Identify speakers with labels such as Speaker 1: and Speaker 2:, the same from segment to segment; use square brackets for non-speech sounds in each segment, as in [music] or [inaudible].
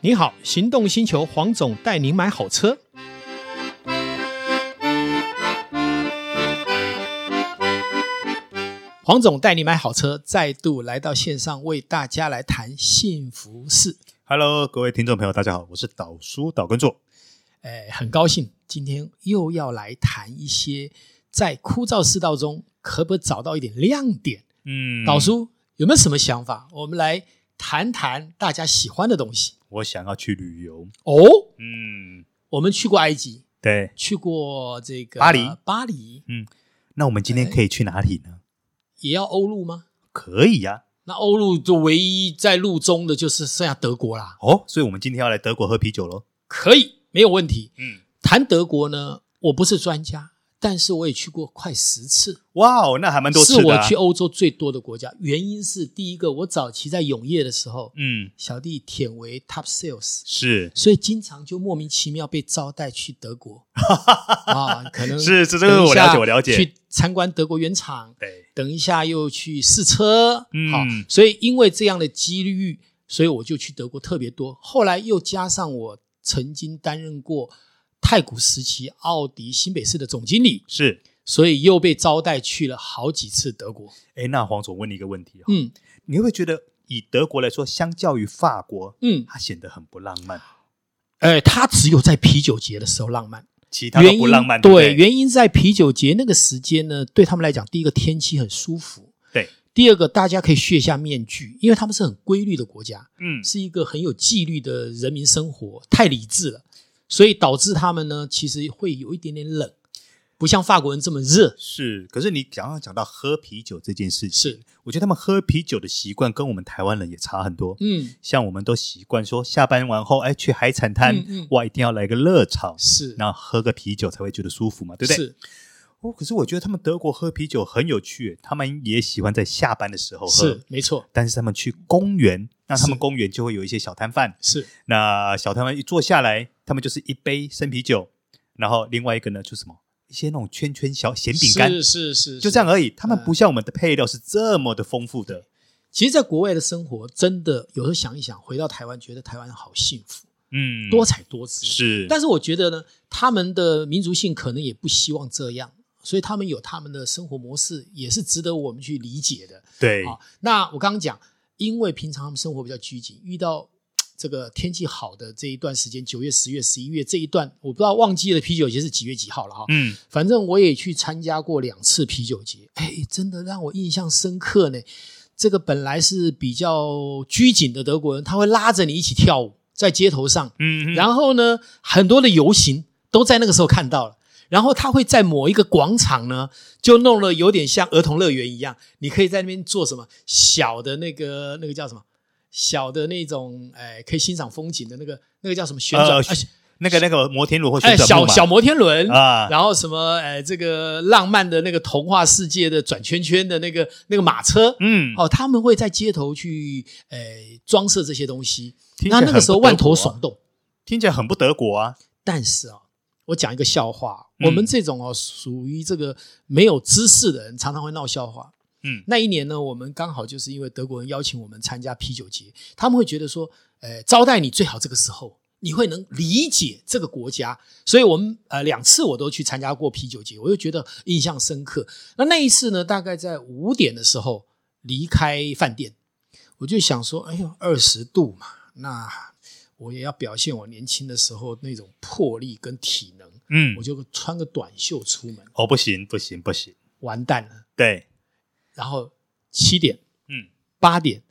Speaker 1: 你好，行动星球黄总带您买好车。黄总带你买好车，再度来到线上为大家来谈幸福事。
Speaker 2: Hello，各位听众朋友，大家好，我是导叔导根座。
Speaker 1: 哎，很高兴今天又要来谈一些在枯燥世道中可不可以找到一点亮点。
Speaker 2: 嗯
Speaker 1: 导，叔有没有什么想法？我们来谈谈大家喜欢的东西
Speaker 2: 我想要去旅游。
Speaker 1: 哦。
Speaker 2: 嗯，
Speaker 1: 我们去过埃及，
Speaker 2: 对。
Speaker 1: 去过这个
Speaker 2: 巴黎
Speaker 1: 巴黎
Speaker 2: 那我们今天可以去哪里呢？
Speaker 1: 也要欧陆吗？
Speaker 2: 可以呀、
Speaker 1: 那欧陆就唯一在路中的就是剩下德国啦，
Speaker 2: 哦，所以我们今天要来德国喝啤酒喽。
Speaker 1: 可以没有问题。
Speaker 2: 嗯，
Speaker 1: 谈德国呢，我不是专家，但是我也去过快十次，
Speaker 2: 哇哦，那还蛮多次
Speaker 1: 是
Speaker 2: 的、啊。
Speaker 1: 我去欧洲最多的国家。原因是第一个，我早期在永业的时候，
Speaker 2: 嗯，
Speaker 1: 小弟舔为 top sales，
Speaker 2: 是
Speaker 1: 所以经常就莫名其妙被招待去德
Speaker 2: [laughs]
Speaker 1: 国啊，可能
Speaker 2: 是是这
Speaker 1: 等
Speaker 2: 个
Speaker 1: 一
Speaker 2: 我了
Speaker 1: 下
Speaker 2: 解我了解
Speaker 1: 去参观德国原厂，
Speaker 2: 对，
Speaker 1: 等一下又去试车，
Speaker 2: 嗯
Speaker 1: 好，所以因为这样的几率，所以我就去德国特别多。后来又加上我曾经担任过太古时期奥迪新北市的总经理，
Speaker 2: 是。
Speaker 1: 所以又被招待去了好几次德国。
Speaker 2: 哎，那黄总问你一个问题、哦，
Speaker 1: 嗯
Speaker 2: 你会不会觉得以德国来说，相较于法国，
Speaker 1: 嗯，
Speaker 2: 它显得很不浪漫，
Speaker 1: 呃，他只有在啤酒节的时候浪漫。
Speaker 2: 其他都不浪
Speaker 1: 原
Speaker 2: 漫，
Speaker 1: 因
Speaker 2: 对不对
Speaker 1: 原因在啤酒节那个时间呢，对他们来讲，第一个天气很舒服，
Speaker 2: 对，
Speaker 1: 第二个大家可以卸下面具，因为他们是很规律的国家，
Speaker 2: 嗯，
Speaker 1: 是一个很有纪律的人民生活，太理智了，所以导致他们呢，其实会有一点点冷，不像法国人这么热。
Speaker 2: 是。可是你刚刚讲到喝啤酒这件事情，
Speaker 1: 是，
Speaker 2: 我觉得他们喝啤酒的习惯跟我们台湾人也差很多。
Speaker 1: 嗯，
Speaker 2: 像我们都习惯说，下班完后，哎，去海产摊，
Speaker 1: 嗯嗯
Speaker 2: 哇，一定要来个热炒，
Speaker 1: 是，
Speaker 2: 那喝个啤酒才会觉得舒服嘛，对不对？
Speaker 1: 是
Speaker 2: 哦，可是我觉得他们德国喝啤酒很有趣，他们也喜欢在下班的时候喝，
Speaker 1: 是，没错，
Speaker 2: 但是他们去公园，那他
Speaker 1: 是
Speaker 2: 们公园就会有一些小摊贩，
Speaker 1: 是
Speaker 2: 那小摊贩一坐下来，他们就是一杯生啤酒，然后另外一个呢就是什么，一些那种圈圈小咸饼干，
Speaker 1: 是嗯是是，
Speaker 2: 就这样而已。他们不像我们的配料是这么的丰富的，
Speaker 1: 其实，在国外的生活，真的有时候想一想，回到台湾，觉得台湾好幸福，
Speaker 2: 嗯，
Speaker 1: 多彩多姿。
Speaker 2: 是，
Speaker 1: 但是我觉得呢，他们的民族性可能也不希望这样，所以他们有他们的生活模式，也是值得我们去理解的。
Speaker 2: 对，
Speaker 1: 好，那我刚刚讲，因为平常他们生活比较拘谨，遇到嘖这个天气好的这一段时间，九月、十月、十一月这一段，我不知道忘记了啤酒节是几月几号了哈、
Speaker 2: 嗯，
Speaker 1: 反正我也去参加过两次啤酒节，哎，真的让我印象深刻呢。这个本来是比较拘谨的德国人，他会拉着你一起跳舞，在街头上，
Speaker 2: 嗯，后
Speaker 1: 然后呢，很多的游行都在那个时候看到了。然后他会在某一个广场呢，就弄了有点像儿童乐园一样，你可以在那边做什么小的那个那个叫什么小的那种，哎，可以欣赏风景的那个那个叫什么旋转，
Speaker 2: 呃
Speaker 1: 哎
Speaker 2: 那个那个摩天轮或
Speaker 1: 哎
Speaker 2: 旋转
Speaker 1: 小
Speaker 2: 木马
Speaker 1: 小摩天轮
Speaker 2: 啊，
Speaker 1: 然后什么哎这个浪漫的那个童话世界的转圈圈的那个那个马车，
Speaker 2: 嗯，
Speaker 1: 哦，他们会在街头去哎装饰这些东西，
Speaker 2: 听起
Speaker 1: 那
Speaker 2: 来
Speaker 1: 那个时候
Speaker 2: 很
Speaker 1: 万
Speaker 2: 不德国
Speaker 1: 头
Speaker 2: 啊
Speaker 1: 耸动。
Speaker 2: 听起来很不德国啊，
Speaker 1: 但是啊，我讲一个笑话，
Speaker 2: 嗯
Speaker 1: 我们这种哦属于这个没有知识的人，常常会闹笑话。
Speaker 2: 嗯
Speaker 1: 那一年呢，我们刚好就是因为德国人邀请我们参加啤酒节，他们会觉得说，呃，招待你最好这个时候，你会能理解这个国家。所以我们呃两次我都去参加过啤酒节，我就觉得印象深刻。那那一次呢，大概在五点的时候离开饭店，我就想说，哎呦，二十度嘛，那我也要表现我年轻的时候那种魄力跟体能，
Speaker 2: 嗯
Speaker 1: 我，就穿个短袖出门，
Speaker 2: 哦，不行不行不行，
Speaker 1: 完蛋了。
Speaker 2: 对，
Speaker 1: 然后七点。
Speaker 2: 嗯，
Speaker 1: 八点、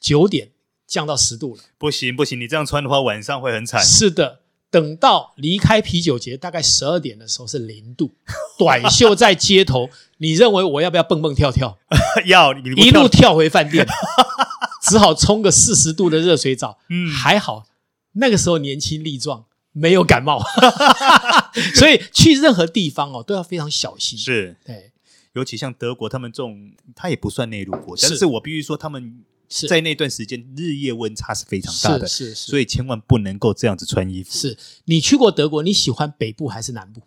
Speaker 1: 九点降到十度了。
Speaker 2: 不行不行，你这样穿的话晚上会很惨，
Speaker 1: 是的，等到离开啤酒节大概十二点的时候是零
Speaker 2: [laughs]
Speaker 1: 度，短袖在街头，你认为我要不要蹦蹦跳跳，
Speaker 2: [laughs] 要 [laughs] 你不
Speaker 1: 一路
Speaker 2: 跳
Speaker 1: 跳回饭
Speaker 2: [laughs]
Speaker 1: 店？只好冲个四十度的热水澡。
Speaker 2: 嗯
Speaker 1: 还好那个时候年轻力壮，没有感
Speaker 2: [laughs]
Speaker 1: 冒，所以去任何地方哦都要非常小心。，
Speaker 2: 是，
Speaker 1: 对，
Speaker 2: 尤其像德国他们这种，它也不算内陆国，
Speaker 1: 是
Speaker 2: 但是我必须说他们
Speaker 1: 是
Speaker 2: 在那段时间日夜温差是非常大
Speaker 1: 是
Speaker 2: 的，
Speaker 1: 是是，
Speaker 2: 所以千万不能够这样子穿衣服，
Speaker 1: 是你去过德国，你喜欢北部还是南部？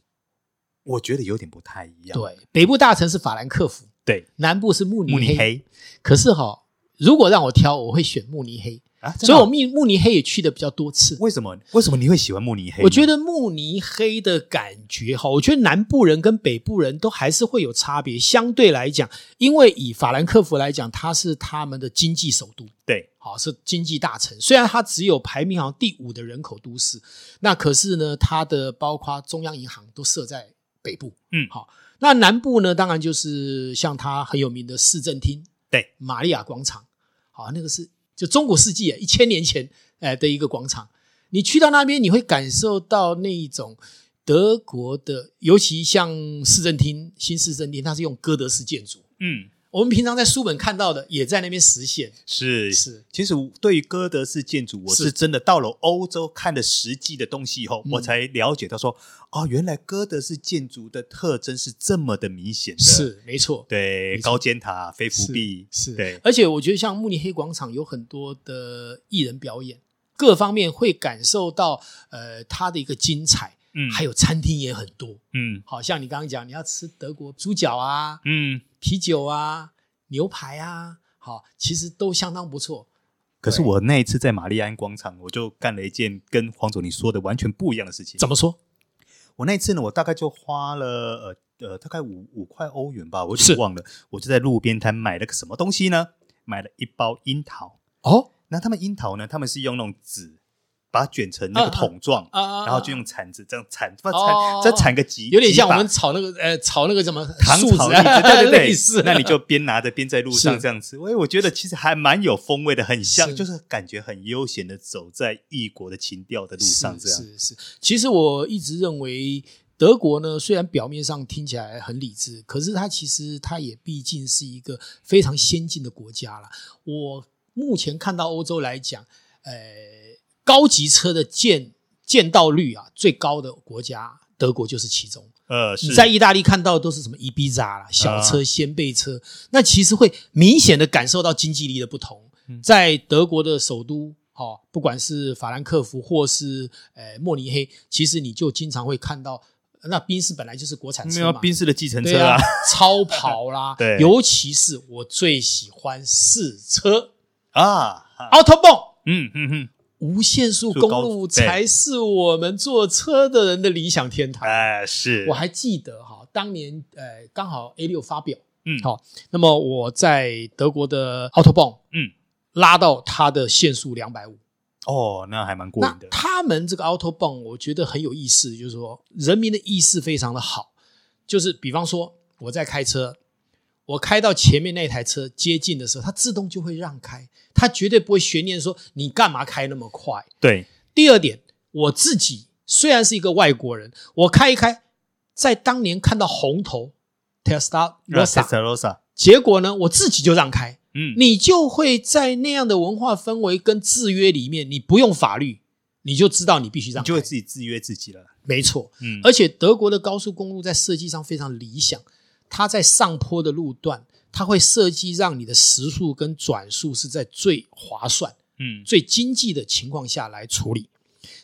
Speaker 2: 我觉得有点不太一样，
Speaker 1: 对，北部大城市法兰克福，
Speaker 2: 对，
Speaker 1: 南部是慕尼
Speaker 2: 慕尼黑
Speaker 1: 可是哈、如果让我挑，我会选慕尼黑，
Speaker 2: 啊，真的
Speaker 1: 所以我
Speaker 2: 哦
Speaker 1: 慕慕尼黑也去的比较多次。
Speaker 2: 为什么为什么你会喜欢慕尼黑呢？
Speaker 1: 我觉得慕尼黑的感觉哈，我觉得南部人跟北部人都还是会有差别。相对来讲，因为以法兰克福来讲，它是他们的经济首都，
Speaker 2: 对，
Speaker 1: 好是经济大城。虽然它只有排名好像第五的人口都市，那可是呢，它的包括中央银行都设在北部。
Speaker 2: 嗯
Speaker 1: 好，那南部呢，当然就是像它很有名的市政厅，
Speaker 2: 对，
Speaker 1: 玛利亚广场，好，那个是就中古世纪啊一千年前哎的一个广场。你去到那边，你会感受到那一种德国的，尤其像市政厅、新市政厅，它是用哥德式建筑。
Speaker 2: 嗯，
Speaker 1: 我们平常在书本看到的，也在那边实现。
Speaker 2: 是
Speaker 1: 是，
Speaker 2: 其实对于哥德式建筑，我
Speaker 1: 是
Speaker 2: 是真的到了欧洲看了实际的东西以后，
Speaker 1: 嗯
Speaker 2: 我才了解到说，哦，原来哥德式建筑的特征是这么的明显的，
Speaker 1: 是没错。
Speaker 2: 对
Speaker 1: 没错
Speaker 2: 高尖塔、飞浮壁，
Speaker 1: 是
Speaker 2: 对，
Speaker 1: 而且我觉得像慕尼黑广场有很多的艺人表演，各方面会感受到呃它的一个精彩，
Speaker 2: 嗯，
Speaker 1: 还有餐厅也很多。
Speaker 2: 嗯
Speaker 1: 好像你刚刚讲，你要吃德国猪脚啊、
Speaker 2: 嗯。
Speaker 1: 啤酒啊、牛排啊，好，其实都相当不错。
Speaker 2: 可是我那一次在玛丽安广场，我就干了一件跟黄总你说的完全不一样的事情。
Speaker 1: 怎么说？
Speaker 2: 我那一次呢，我大概就花了呃呃大概五五块欧元吧，我
Speaker 1: 是
Speaker 2: 就忘了，我就在路边摊买了个什么东西呢？买了一包樱桃。
Speaker 1: 哦
Speaker 2: 那他们樱桃呢，他们是用那种纸把它卷成那
Speaker 1: 啊
Speaker 2: 个桶状，
Speaker 1: 啊，
Speaker 2: 然后就用铲子这样铲，不
Speaker 1: 哦
Speaker 2: 铲再铲个几，
Speaker 1: 有点像
Speaker 2: 几把
Speaker 1: 我们炒那个呃炒那个什么
Speaker 2: 糖
Speaker 1: 树
Speaker 2: 炒
Speaker 1: 子
Speaker 2: 栗子，
Speaker 1: 啊，
Speaker 2: 对对
Speaker 1: [laughs]
Speaker 2: 对，
Speaker 1: 类似。
Speaker 2: 那你就边拿着边在路上
Speaker 1: 是
Speaker 2: 这样吃，我我觉得其实还蛮有风味的，很像，
Speaker 1: 是
Speaker 2: 就是感觉很悠闲的走在异国的情调的路上这样。
Speaker 1: 是是是，其实我一直认为德国呢，虽然表面上听起来很理智，可是它其实它也毕竟是一个非常先进的国家了。我目前看到欧洲来讲，呃，高级车的见见到率啊最高的国家，德国就是其中。
Speaker 2: 呃，
Speaker 1: 你
Speaker 2: 是啊
Speaker 1: 在意大利看到的都是什么伊比扎啦、小车、掀背车，那其实会明显的感受到经济力的不同。
Speaker 2: 嗯
Speaker 1: 在德国的首都，哦，不管是法兰克福或是呃慕尼黑，其实你就经常会看到，那宾士本来就是国产
Speaker 2: 没
Speaker 1: 车
Speaker 2: 有
Speaker 1: 嘛，
Speaker 2: 宾士的计程
Speaker 1: 对
Speaker 2: 车
Speaker 1: 啊
Speaker 2: 啊，，
Speaker 1: 超跑啦，
Speaker 2: [laughs] 对
Speaker 1: 尤其是我最喜欢试车
Speaker 2: 啊，啊
Speaker 1: a u t o b a n
Speaker 2: 嗯嗯嗯，
Speaker 1: 无限速
Speaker 2: 速
Speaker 1: 公
Speaker 2: 高
Speaker 1: 路
Speaker 2: 对
Speaker 1: 才是我们坐车的人的理想天堂。
Speaker 2: 哎是，
Speaker 1: 我还记得哈，当年呃刚好 A 六发表，
Speaker 2: 嗯
Speaker 1: 好，那么我在德国的 Autobahn，
Speaker 2: 嗯，
Speaker 1: 拉到它的限速两百五。
Speaker 2: 哦，那还蛮过
Speaker 1: 那
Speaker 2: 瘾的，
Speaker 1: 他们这个 Autobahn 我觉得很有意思，就是说人民的意识非常的好，就是比方说我在开车。我开到前面那台车接近的时候，它自动就会让开，它绝对不会悬念说你干嘛开那么快。
Speaker 2: 对，
Speaker 1: 第二点，我自己虽然是一个外国人，我开一开，在当年看到红头 Tesla
Speaker 2: 那
Speaker 1: Rosa，
Speaker 2: Rosa，
Speaker 1: 结果呢，我自己就让开，
Speaker 2: 嗯，
Speaker 1: 你就会在那样的文化氛围跟制约里面，你不用法律，你就知道你必须
Speaker 2: 你
Speaker 1: 让
Speaker 2: 就
Speaker 1: 开
Speaker 2: 会，自己制约自己了，
Speaker 1: 没错。
Speaker 2: 嗯，
Speaker 1: 而且德国的高速公路在设计上非常理想，它在上坡的路段，它会设计让你的时速跟转速是在最划算。
Speaker 2: 嗯
Speaker 1: 最经济的情况下来处理。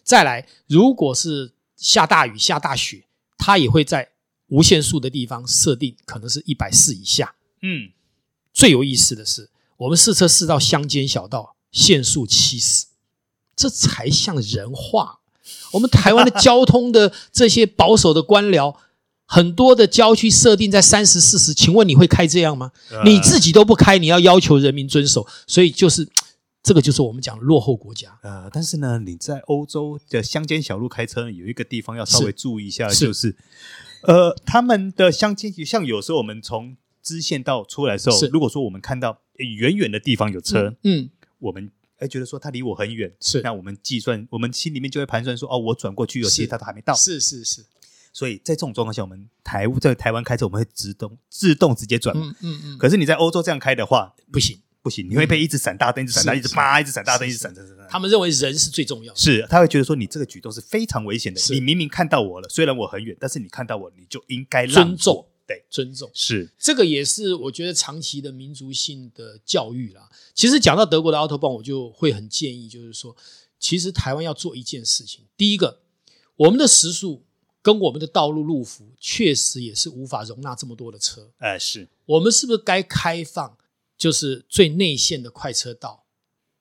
Speaker 1: 再来，如果是下大雨、下大雪，它也会在无限速的地方设定可能是一百四以下。
Speaker 2: 嗯，
Speaker 1: 最有意思的是，我们试车试到乡间小道，限速七十，这才像人话。我们台湾的交通的这些保守的官僚，很多的郊区设定在三十、四十，请问你会开这样吗？
Speaker 2: 呃
Speaker 1: 你自己都不开，你要要求人民遵守，所以就是这个就是我们讲落后国家。
Speaker 2: 呃，但是呢，你在欧洲的乡间小路开车，有一个地方要稍
Speaker 1: 是
Speaker 2: 微注意一下，
Speaker 1: 是
Speaker 2: 就是呃，他们的乡间，像有时候我们从支线道出来的时候
Speaker 1: 是，
Speaker 2: 如果说我们看到诶远远的地方有车，
Speaker 1: 嗯，
Speaker 2: 我们哎觉得说它离我很远，
Speaker 1: 是
Speaker 2: 那我们计算，我们心里面就会盘算说，哦，我转过去有
Speaker 1: 是
Speaker 2: 些它都还没到，
Speaker 1: 是是是，
Speaker 2: 所以在这种状况下，我们台在台湾开车，我们会自动自动直接转。
Speaker 1: 嗯嗯嗯，
Speaker 2: 可是你在欧洲这样开的话，
Speaker 1: 不行，
Speaker 2: 不行，你会被一直闪大灯，一直闪大，
Speaker 1: 嗯是
Speaker 2: 一直
Speaker 1: 是
Speaker 2: 啪，一直闪大灯，一
Speaker 1: 是
Speaker 2: 直闪闪闪闪。
Speaker 1: 他们认为人是最重要的。
Speaker 2: 是，他会觉得说你这个举动是非常危险的。
Speaker 1: 是
Speaker 2: 你明明看到我了，虽然我很远，但是你看到我，你就应该让
Speaker 1: 尊重
Speaker 2: 我。对，
Speaker 1: 尊重，
Speaker 2: 是，
Speaker 1: 这个也是我觉得长期的民族性的教育啦。其实讲到德国的 autobahn，我就会很建议，就是说，其实台湾要做一件事情。第一个，我们的时速跟我们的道路路幅确实也是无法容纳这么多的车。
Speaker 2: 呃，是，
Speaker 1: 我们是不是该开放，就是最内线的快车道，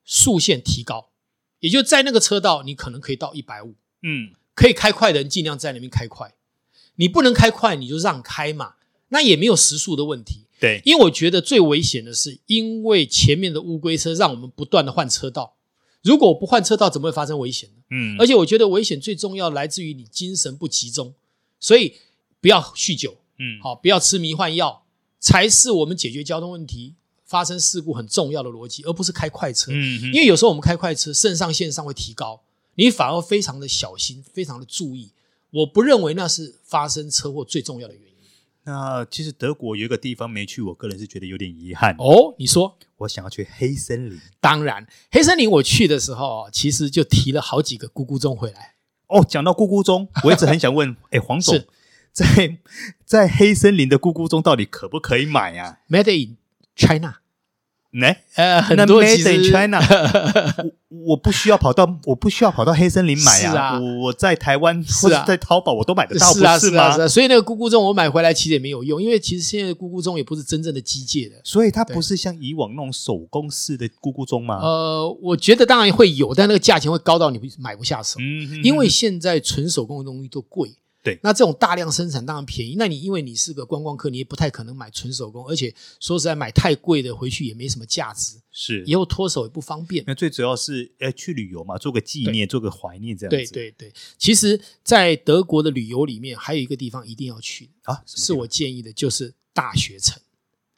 Speaker 1: 速限提高，也就在那个车道，你可能可以到一百五，
Speaker 2: 嗯，
Speaker 1: 可以开快的人尽量在那边开快，你不能开快你就让开嘛，那也没有时速的问题。
Speaker 2: 对，
Speaker 1: 因为我觉得最危险的是，因为前面的乌龟车让我们不断的换车道，如果我不换车道，怎么会发生危险呢？
Speaker 2: 嗯，
Speaker 1: 而且我觉得危险最重要来自于你精神不集中，所以不要酗酒，
Speaker 2: 嗯，
Speaker 1: 好，不要吃迷幻药，才是我们解决交通问题、发生事故很重要的逻辑，而不是开快车。
Speaker 2: 嗯，嗯，
Speaker 1: 因为有时候我们开快车，肾上腺上会提高，你反而非常的小心，非常的注意。我不认为那是发生车祸最重要的原因。
Speaker 2: 那其实德国有一个地方没去，我个人是觉得有点遗憾。
Speaker 1: 哦，你说？
Speaker 2: 我想要去黑森林。
Speaker 1: 当然，黑森林我去的时候，啊其实就提了好几个咕咕钟回来。
Speaker 2: 哦，讲到咕咕钟，我一直很
Speaker 1: [laughs]
Speaker 2: 想问，哎，黄总
Speaker 1: 是，
Speaker 2: 在在黑森林的咕咕钟到底可不可以买啊？
Speaker 1: Made in China，
Speaker 2: 呢，
Speaker 1: 呃，很
Speaker 2: 那
Speaker 1: 多
Speaker 2: Made
Speaker 1: 其实
Speaker 2: in China，
Speaker 1: [laughs]
Speaker 2: 我我不需要跑到，我不需要跑到黑森林买
Speaker 1: 是
Speaker 2: 啊，
Speaker 1: 啊
Speaker 2: 我我在台湾
Speaker 1: 是
Speaker 2: 或
Speaker 1: 啊
Speaker 2: 者在淘宝我都买得到，
Speaker 1: 是啊，
Speaker 2: 不是
Speaker 1: 啊，
Speaker 2: 吗
Speaker 1: 是？啊。所以那个咕咕钟我买回来其实也没有用，因为其实现在的咕咕钟也不是真正的机械的。
Speaker 2: 所以它不是像以往那种手工式的咕咕钟吗？
Speaker 1: 呃，我觉得当然会有，但那个价钱会高到你买不下手，
Speaker 2: 嗯，
Speaker 1: 因为现在纯手工的东西都贵。
Speaker 2: 对
Speaker 1: 那这种大量生产当然便宜。那你因为你是个观光客，你也不太可能买纯手工，而且说实在买太贵的回去也没什么价值，
Speaker 2: 是
Speaker 1: 以后脱手也不方便。
Speaker 2: 那最主要是呃去旅游嘛，做个纪念，做个怀念这样
Speaker 1: 对
Speaker 2: 子。
Speaker 1: 对对，其实，在德国的旅游里面，还有一个地方一定要去，
Speaker 2: 啊，什么
Speaker 1: 是
Speaker 2: 地方
Speaker 1: 我建议的，就是大学城。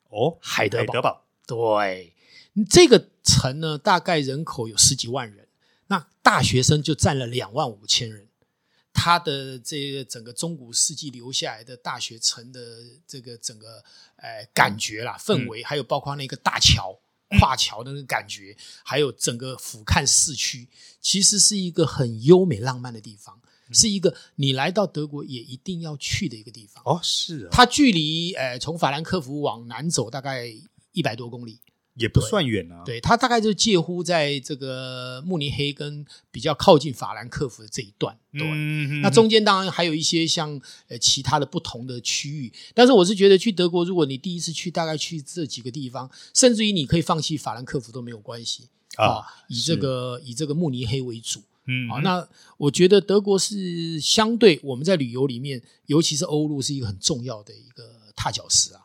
Speaker 2: 哦，
Speaker 1: 海德堡
Speaker 2: 德堡
Speaker 1: 对，这个城呢，大概人口有十几万人，那大学生就占了两万五千人。它的这个整个中古世纪留下来的大学城的这个整个呃感觉啦、氛围，还有包括那个大桥跨桥的那个感觉，还有整个俯瞰市区，其实是一个很优美浪漫的地方，是一个你来到德国也一定要去的一个地方。
Speaker 2: 哦，是啊，
Speaker 1: 它距离呃从法兰克福往南走大概一百多公里，
Speaker 2: 也不算远啊。，
Speaker 1: 对，它大概就介乎在这个慕尼黑跟比较靠近法兰克福的这一段。对，
Speaker 2: 嗯，
Speaker 1: 那中间当然还有一些像呃其他的不同的区域，但是我是觉得去德国，如果你第一次去，大概去这几个地方，甚至于你可以放弃法兰克福都没有关系
Speaker 2: 啊，
Speaker 1: 以
Speaker 2: 是
Speaker 1: 这个以这个慕尼黑为主。
Speaker 2: 嗯，
Speaker 1: 好，那我觉得德国是相对我们在旅游里面，尤其是欧陆是一个很重要的一个踏脚石啊。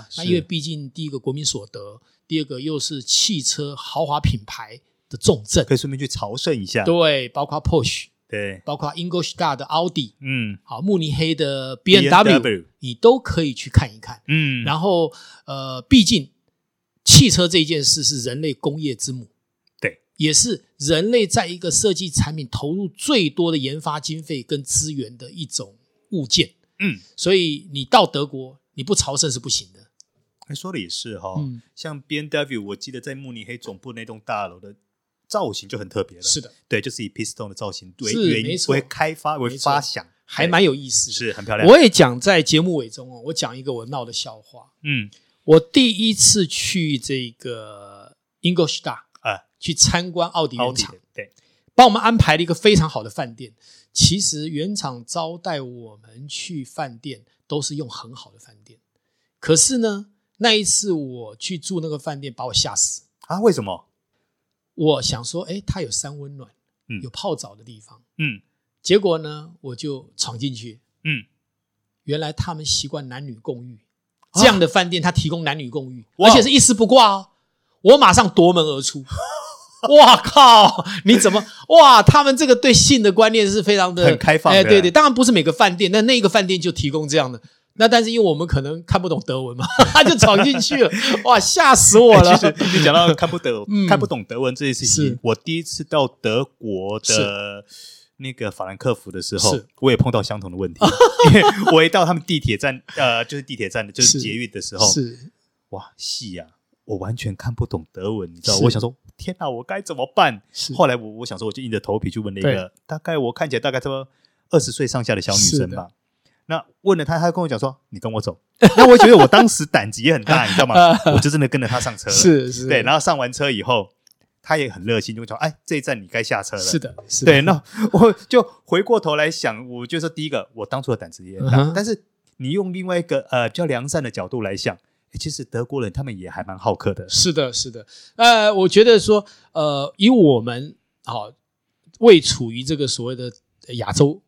Speaker 2: 啊，
Speaker 1: 那
Speaker 2: 是
Speaker 1: 因为毕竟第一个国民所得，第二个又是汽车豪华品牌的重镇
Speaker 2: 可，以顺便去朝圣一下。
Speaker 1: 对，包括 Porsche，
Speaker 2: 对，
Speaker 1: 包括 Ingolstadt 的奥迪，
Speaker 2: 嗯
Speaker 1: 好，慕尼黑的 B N W，你都可以去看一看。
Speaker 2: 嗯，后
Speaker 1: 然后呃，毕竟汽车这一件事是人类工业之母，
Speaker 2: 对，
Speaker 1: 也是人类在一个设计产品投入最多的研发经费跟资源的一种物件。
Speaker 2: 嗯，
Speaker 1: 所以你到德国，你不朝圣是不行的。
Speaker 2: 哎说的也是哈
Speaker 1: 嗯，
Speaker 2: 像 B N W，我记得在慕尼黑总部那栋大楼的造型就很特别了。
Speaker 1: 是的，
Speaker 2: 对，就是以 piston 的造型为
Speaker 1: 是
Speaker 2: 原
Speaker 1: 没
Speaker 2: 因
Speaker 1: 错
Speaker 2: 为开发为
Speaker 1: 没错
Speaker 2: 发想，
Speaker 1: 还
Speaker 2: 对
Speaker 1: 蛮有意思的。
Speaker 2: 是很漂亮。
Speaker 1: 我也讲在节目尾中哦，我讲一个我闹的笑话。
Speaker 2: 嗯
Speaker 1: 我第一次去这个 Ingolstadt
Speaker 2: 啊，
Speaker 1: 去参观奥迪
Speaker 2: 奥
Speaker 1: 原
Speaker 2: 迪
Speaker 1: 厂
Speaker 2: 的，对，
Speaker 1: 帮我们安排了一个非常好的饭店。其实原厂招待我们去饭店都是用很好的饭店，可是呢，那一次我去住那个饭店把我吓死。
Speaker 2: 啊，为什么？
Speaker 1: 我想说，哎，它有三温暖
Speaker 2: 嗯，
Speaker 1: 有泡澡的地方。
Speaker 2: 嗯
Speaker 1: 结果呢，我就闯进去，
Speaker 2: 嗯，
Speaker 1: 原来他们习惯男女共浴，
Speaker 2: 啊
Speaker 1: 这样的饭店它提供男女共浴，
Speaker 2: 哇
Speaker 1: 而且是一丝不挂哦。我马上夺门而
Speaker 2: [laughs]
Speaker 1: 出，哇靠！你怎么哇？他们这个对性的观念是非常的
Speaker 2: 很开放的
Speaker 1: 哎，对对，当然不是每个饭店，那那个饭店就提供这样的。那但是因为我们可能看不懂德文嘛， [laughs] 他就闯进去了，哇，吓死我
Speaker 2: 哎
Speaker 1: 了！
Speaker 2: 其
Speaker 1: [laughs]
Speaker 2: 实你讲到看不得、
Speaker 1: 嗯
Speaker 2: 看不懂德文这件事情
Speaker 1: 是，
Speaker 2: 我第一次到德国的那个法兰克福的时候
Speaker 1: 是，
Speaker 2: 我也碰到相同的问题。因为我一到他们地铁站，呃，就是地铁站的，就是
Speaker 1: 是
Speaker 2: 捷运的时候，
Speaker 1: 是
Speaker 2: 哇，戏呀、我完全看不懂德文，你知道？
Speaker 1: 是
Speaker 2: 我想说，天哪，我该怎么办？
Speaker 1: 是
Speaker 2: 后来我我想说，我就硬着头皮去问了一个大概我看起来大概差不多二十岁上下的小女生
Speaker 1: 是
Speaker 2: 吧。那问了她，她跟我讲说：“你跟我走。”那我觉得我当时胆子也很大，你知
Speaker 1: [laughs]
Speaker 2: 道吗？我就真的跟着她上车了。
Speaker 1: 是是，
Speaker 2: 对，然后上完车以后，她也很热心，就会说：“哎，这一站你该下车了。”
Speaker 1: 是。的，是的
Speaker 2: [laughs] 对，那我就回过头来想，我就说第一个，我当初的胆子也很大，
Speaker 1: 嗯哼
Speaker 2: 但是你用另外一个呃比较良善的角度来想，诶其实德国人他们也还蛮好客的，
Speaker 1: 是的，是的。呃，我觉得说，呃，以我们好、未处于这个所谓的呃亚洲，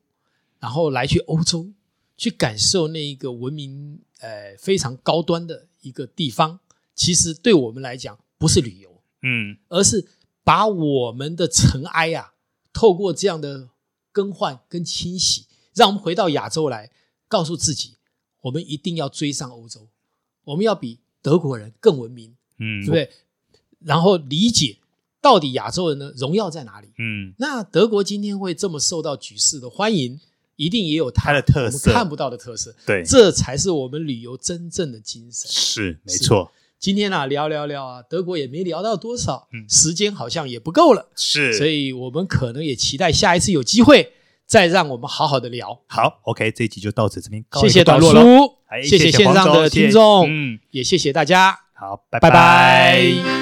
Speaker 1: 然后来去欧洲，去感受那一个文明呃非常高端的一个地方，其实对我们来讲不是旅游，
Speaker 2: 嗯，
Speaker 1: 而是把我们的尘埃啊，透过这样的更换跟清洗，让我们回到亚洲来，告诉自己，我们一定要追上欧洲，我们要比德国人更文明，
Speaker 2: 嗯，
Speaker 1: 对不对？然后理解到底亚洲人的荣耀在哪里。
Speaker 2: 嗯，
Speaker 1: 那德国今天会这么受到举世的欢迎，一定也有它
Speaker 2: 它的特色
Speaker 1: 我们看不到的特色。
Speaker 2: 对，
Speaker 1: 这才是我们旅游真正的精神。
Speaker 2: 是没
Speaker 1: 是
Speaker 2: 错，
Speaker 1: 今天啊，聊聊聊啊，德国也没聊到多少，
Speaker 2: 嗯
Speaker 1: 时间好像也不够了，
Speaker 2: 是，
Speaker 1: 所以我们可能也期待下一次有机会再让我们好好的聊。
Speaker 2: 好，OK，这一集就到此这边告
Speaker 1: 谢
Speaker 2: 一
Speaker 1: 谢
Speaker 2: 个
Speaker 1: 导
Speaker 2: 段落了，
Speaker 1: 叔
Speaker 2: 哎，
Speaker 1: 谢
Speaker 2: 谢
Speaker 1: 线
Speaker 2: 黄
Speaker 1: 上
Speaker 2: 总
Speaker 1: 的
Speaker 2: 谢谢
Speaker 1: 听众，
Speaker 2: 嗯，
Speaker 1: 也谢谢大家，
Speaker 2: 好，
Speaker 1: 拜
Speaker 2: 拜
Speaker 1: 拜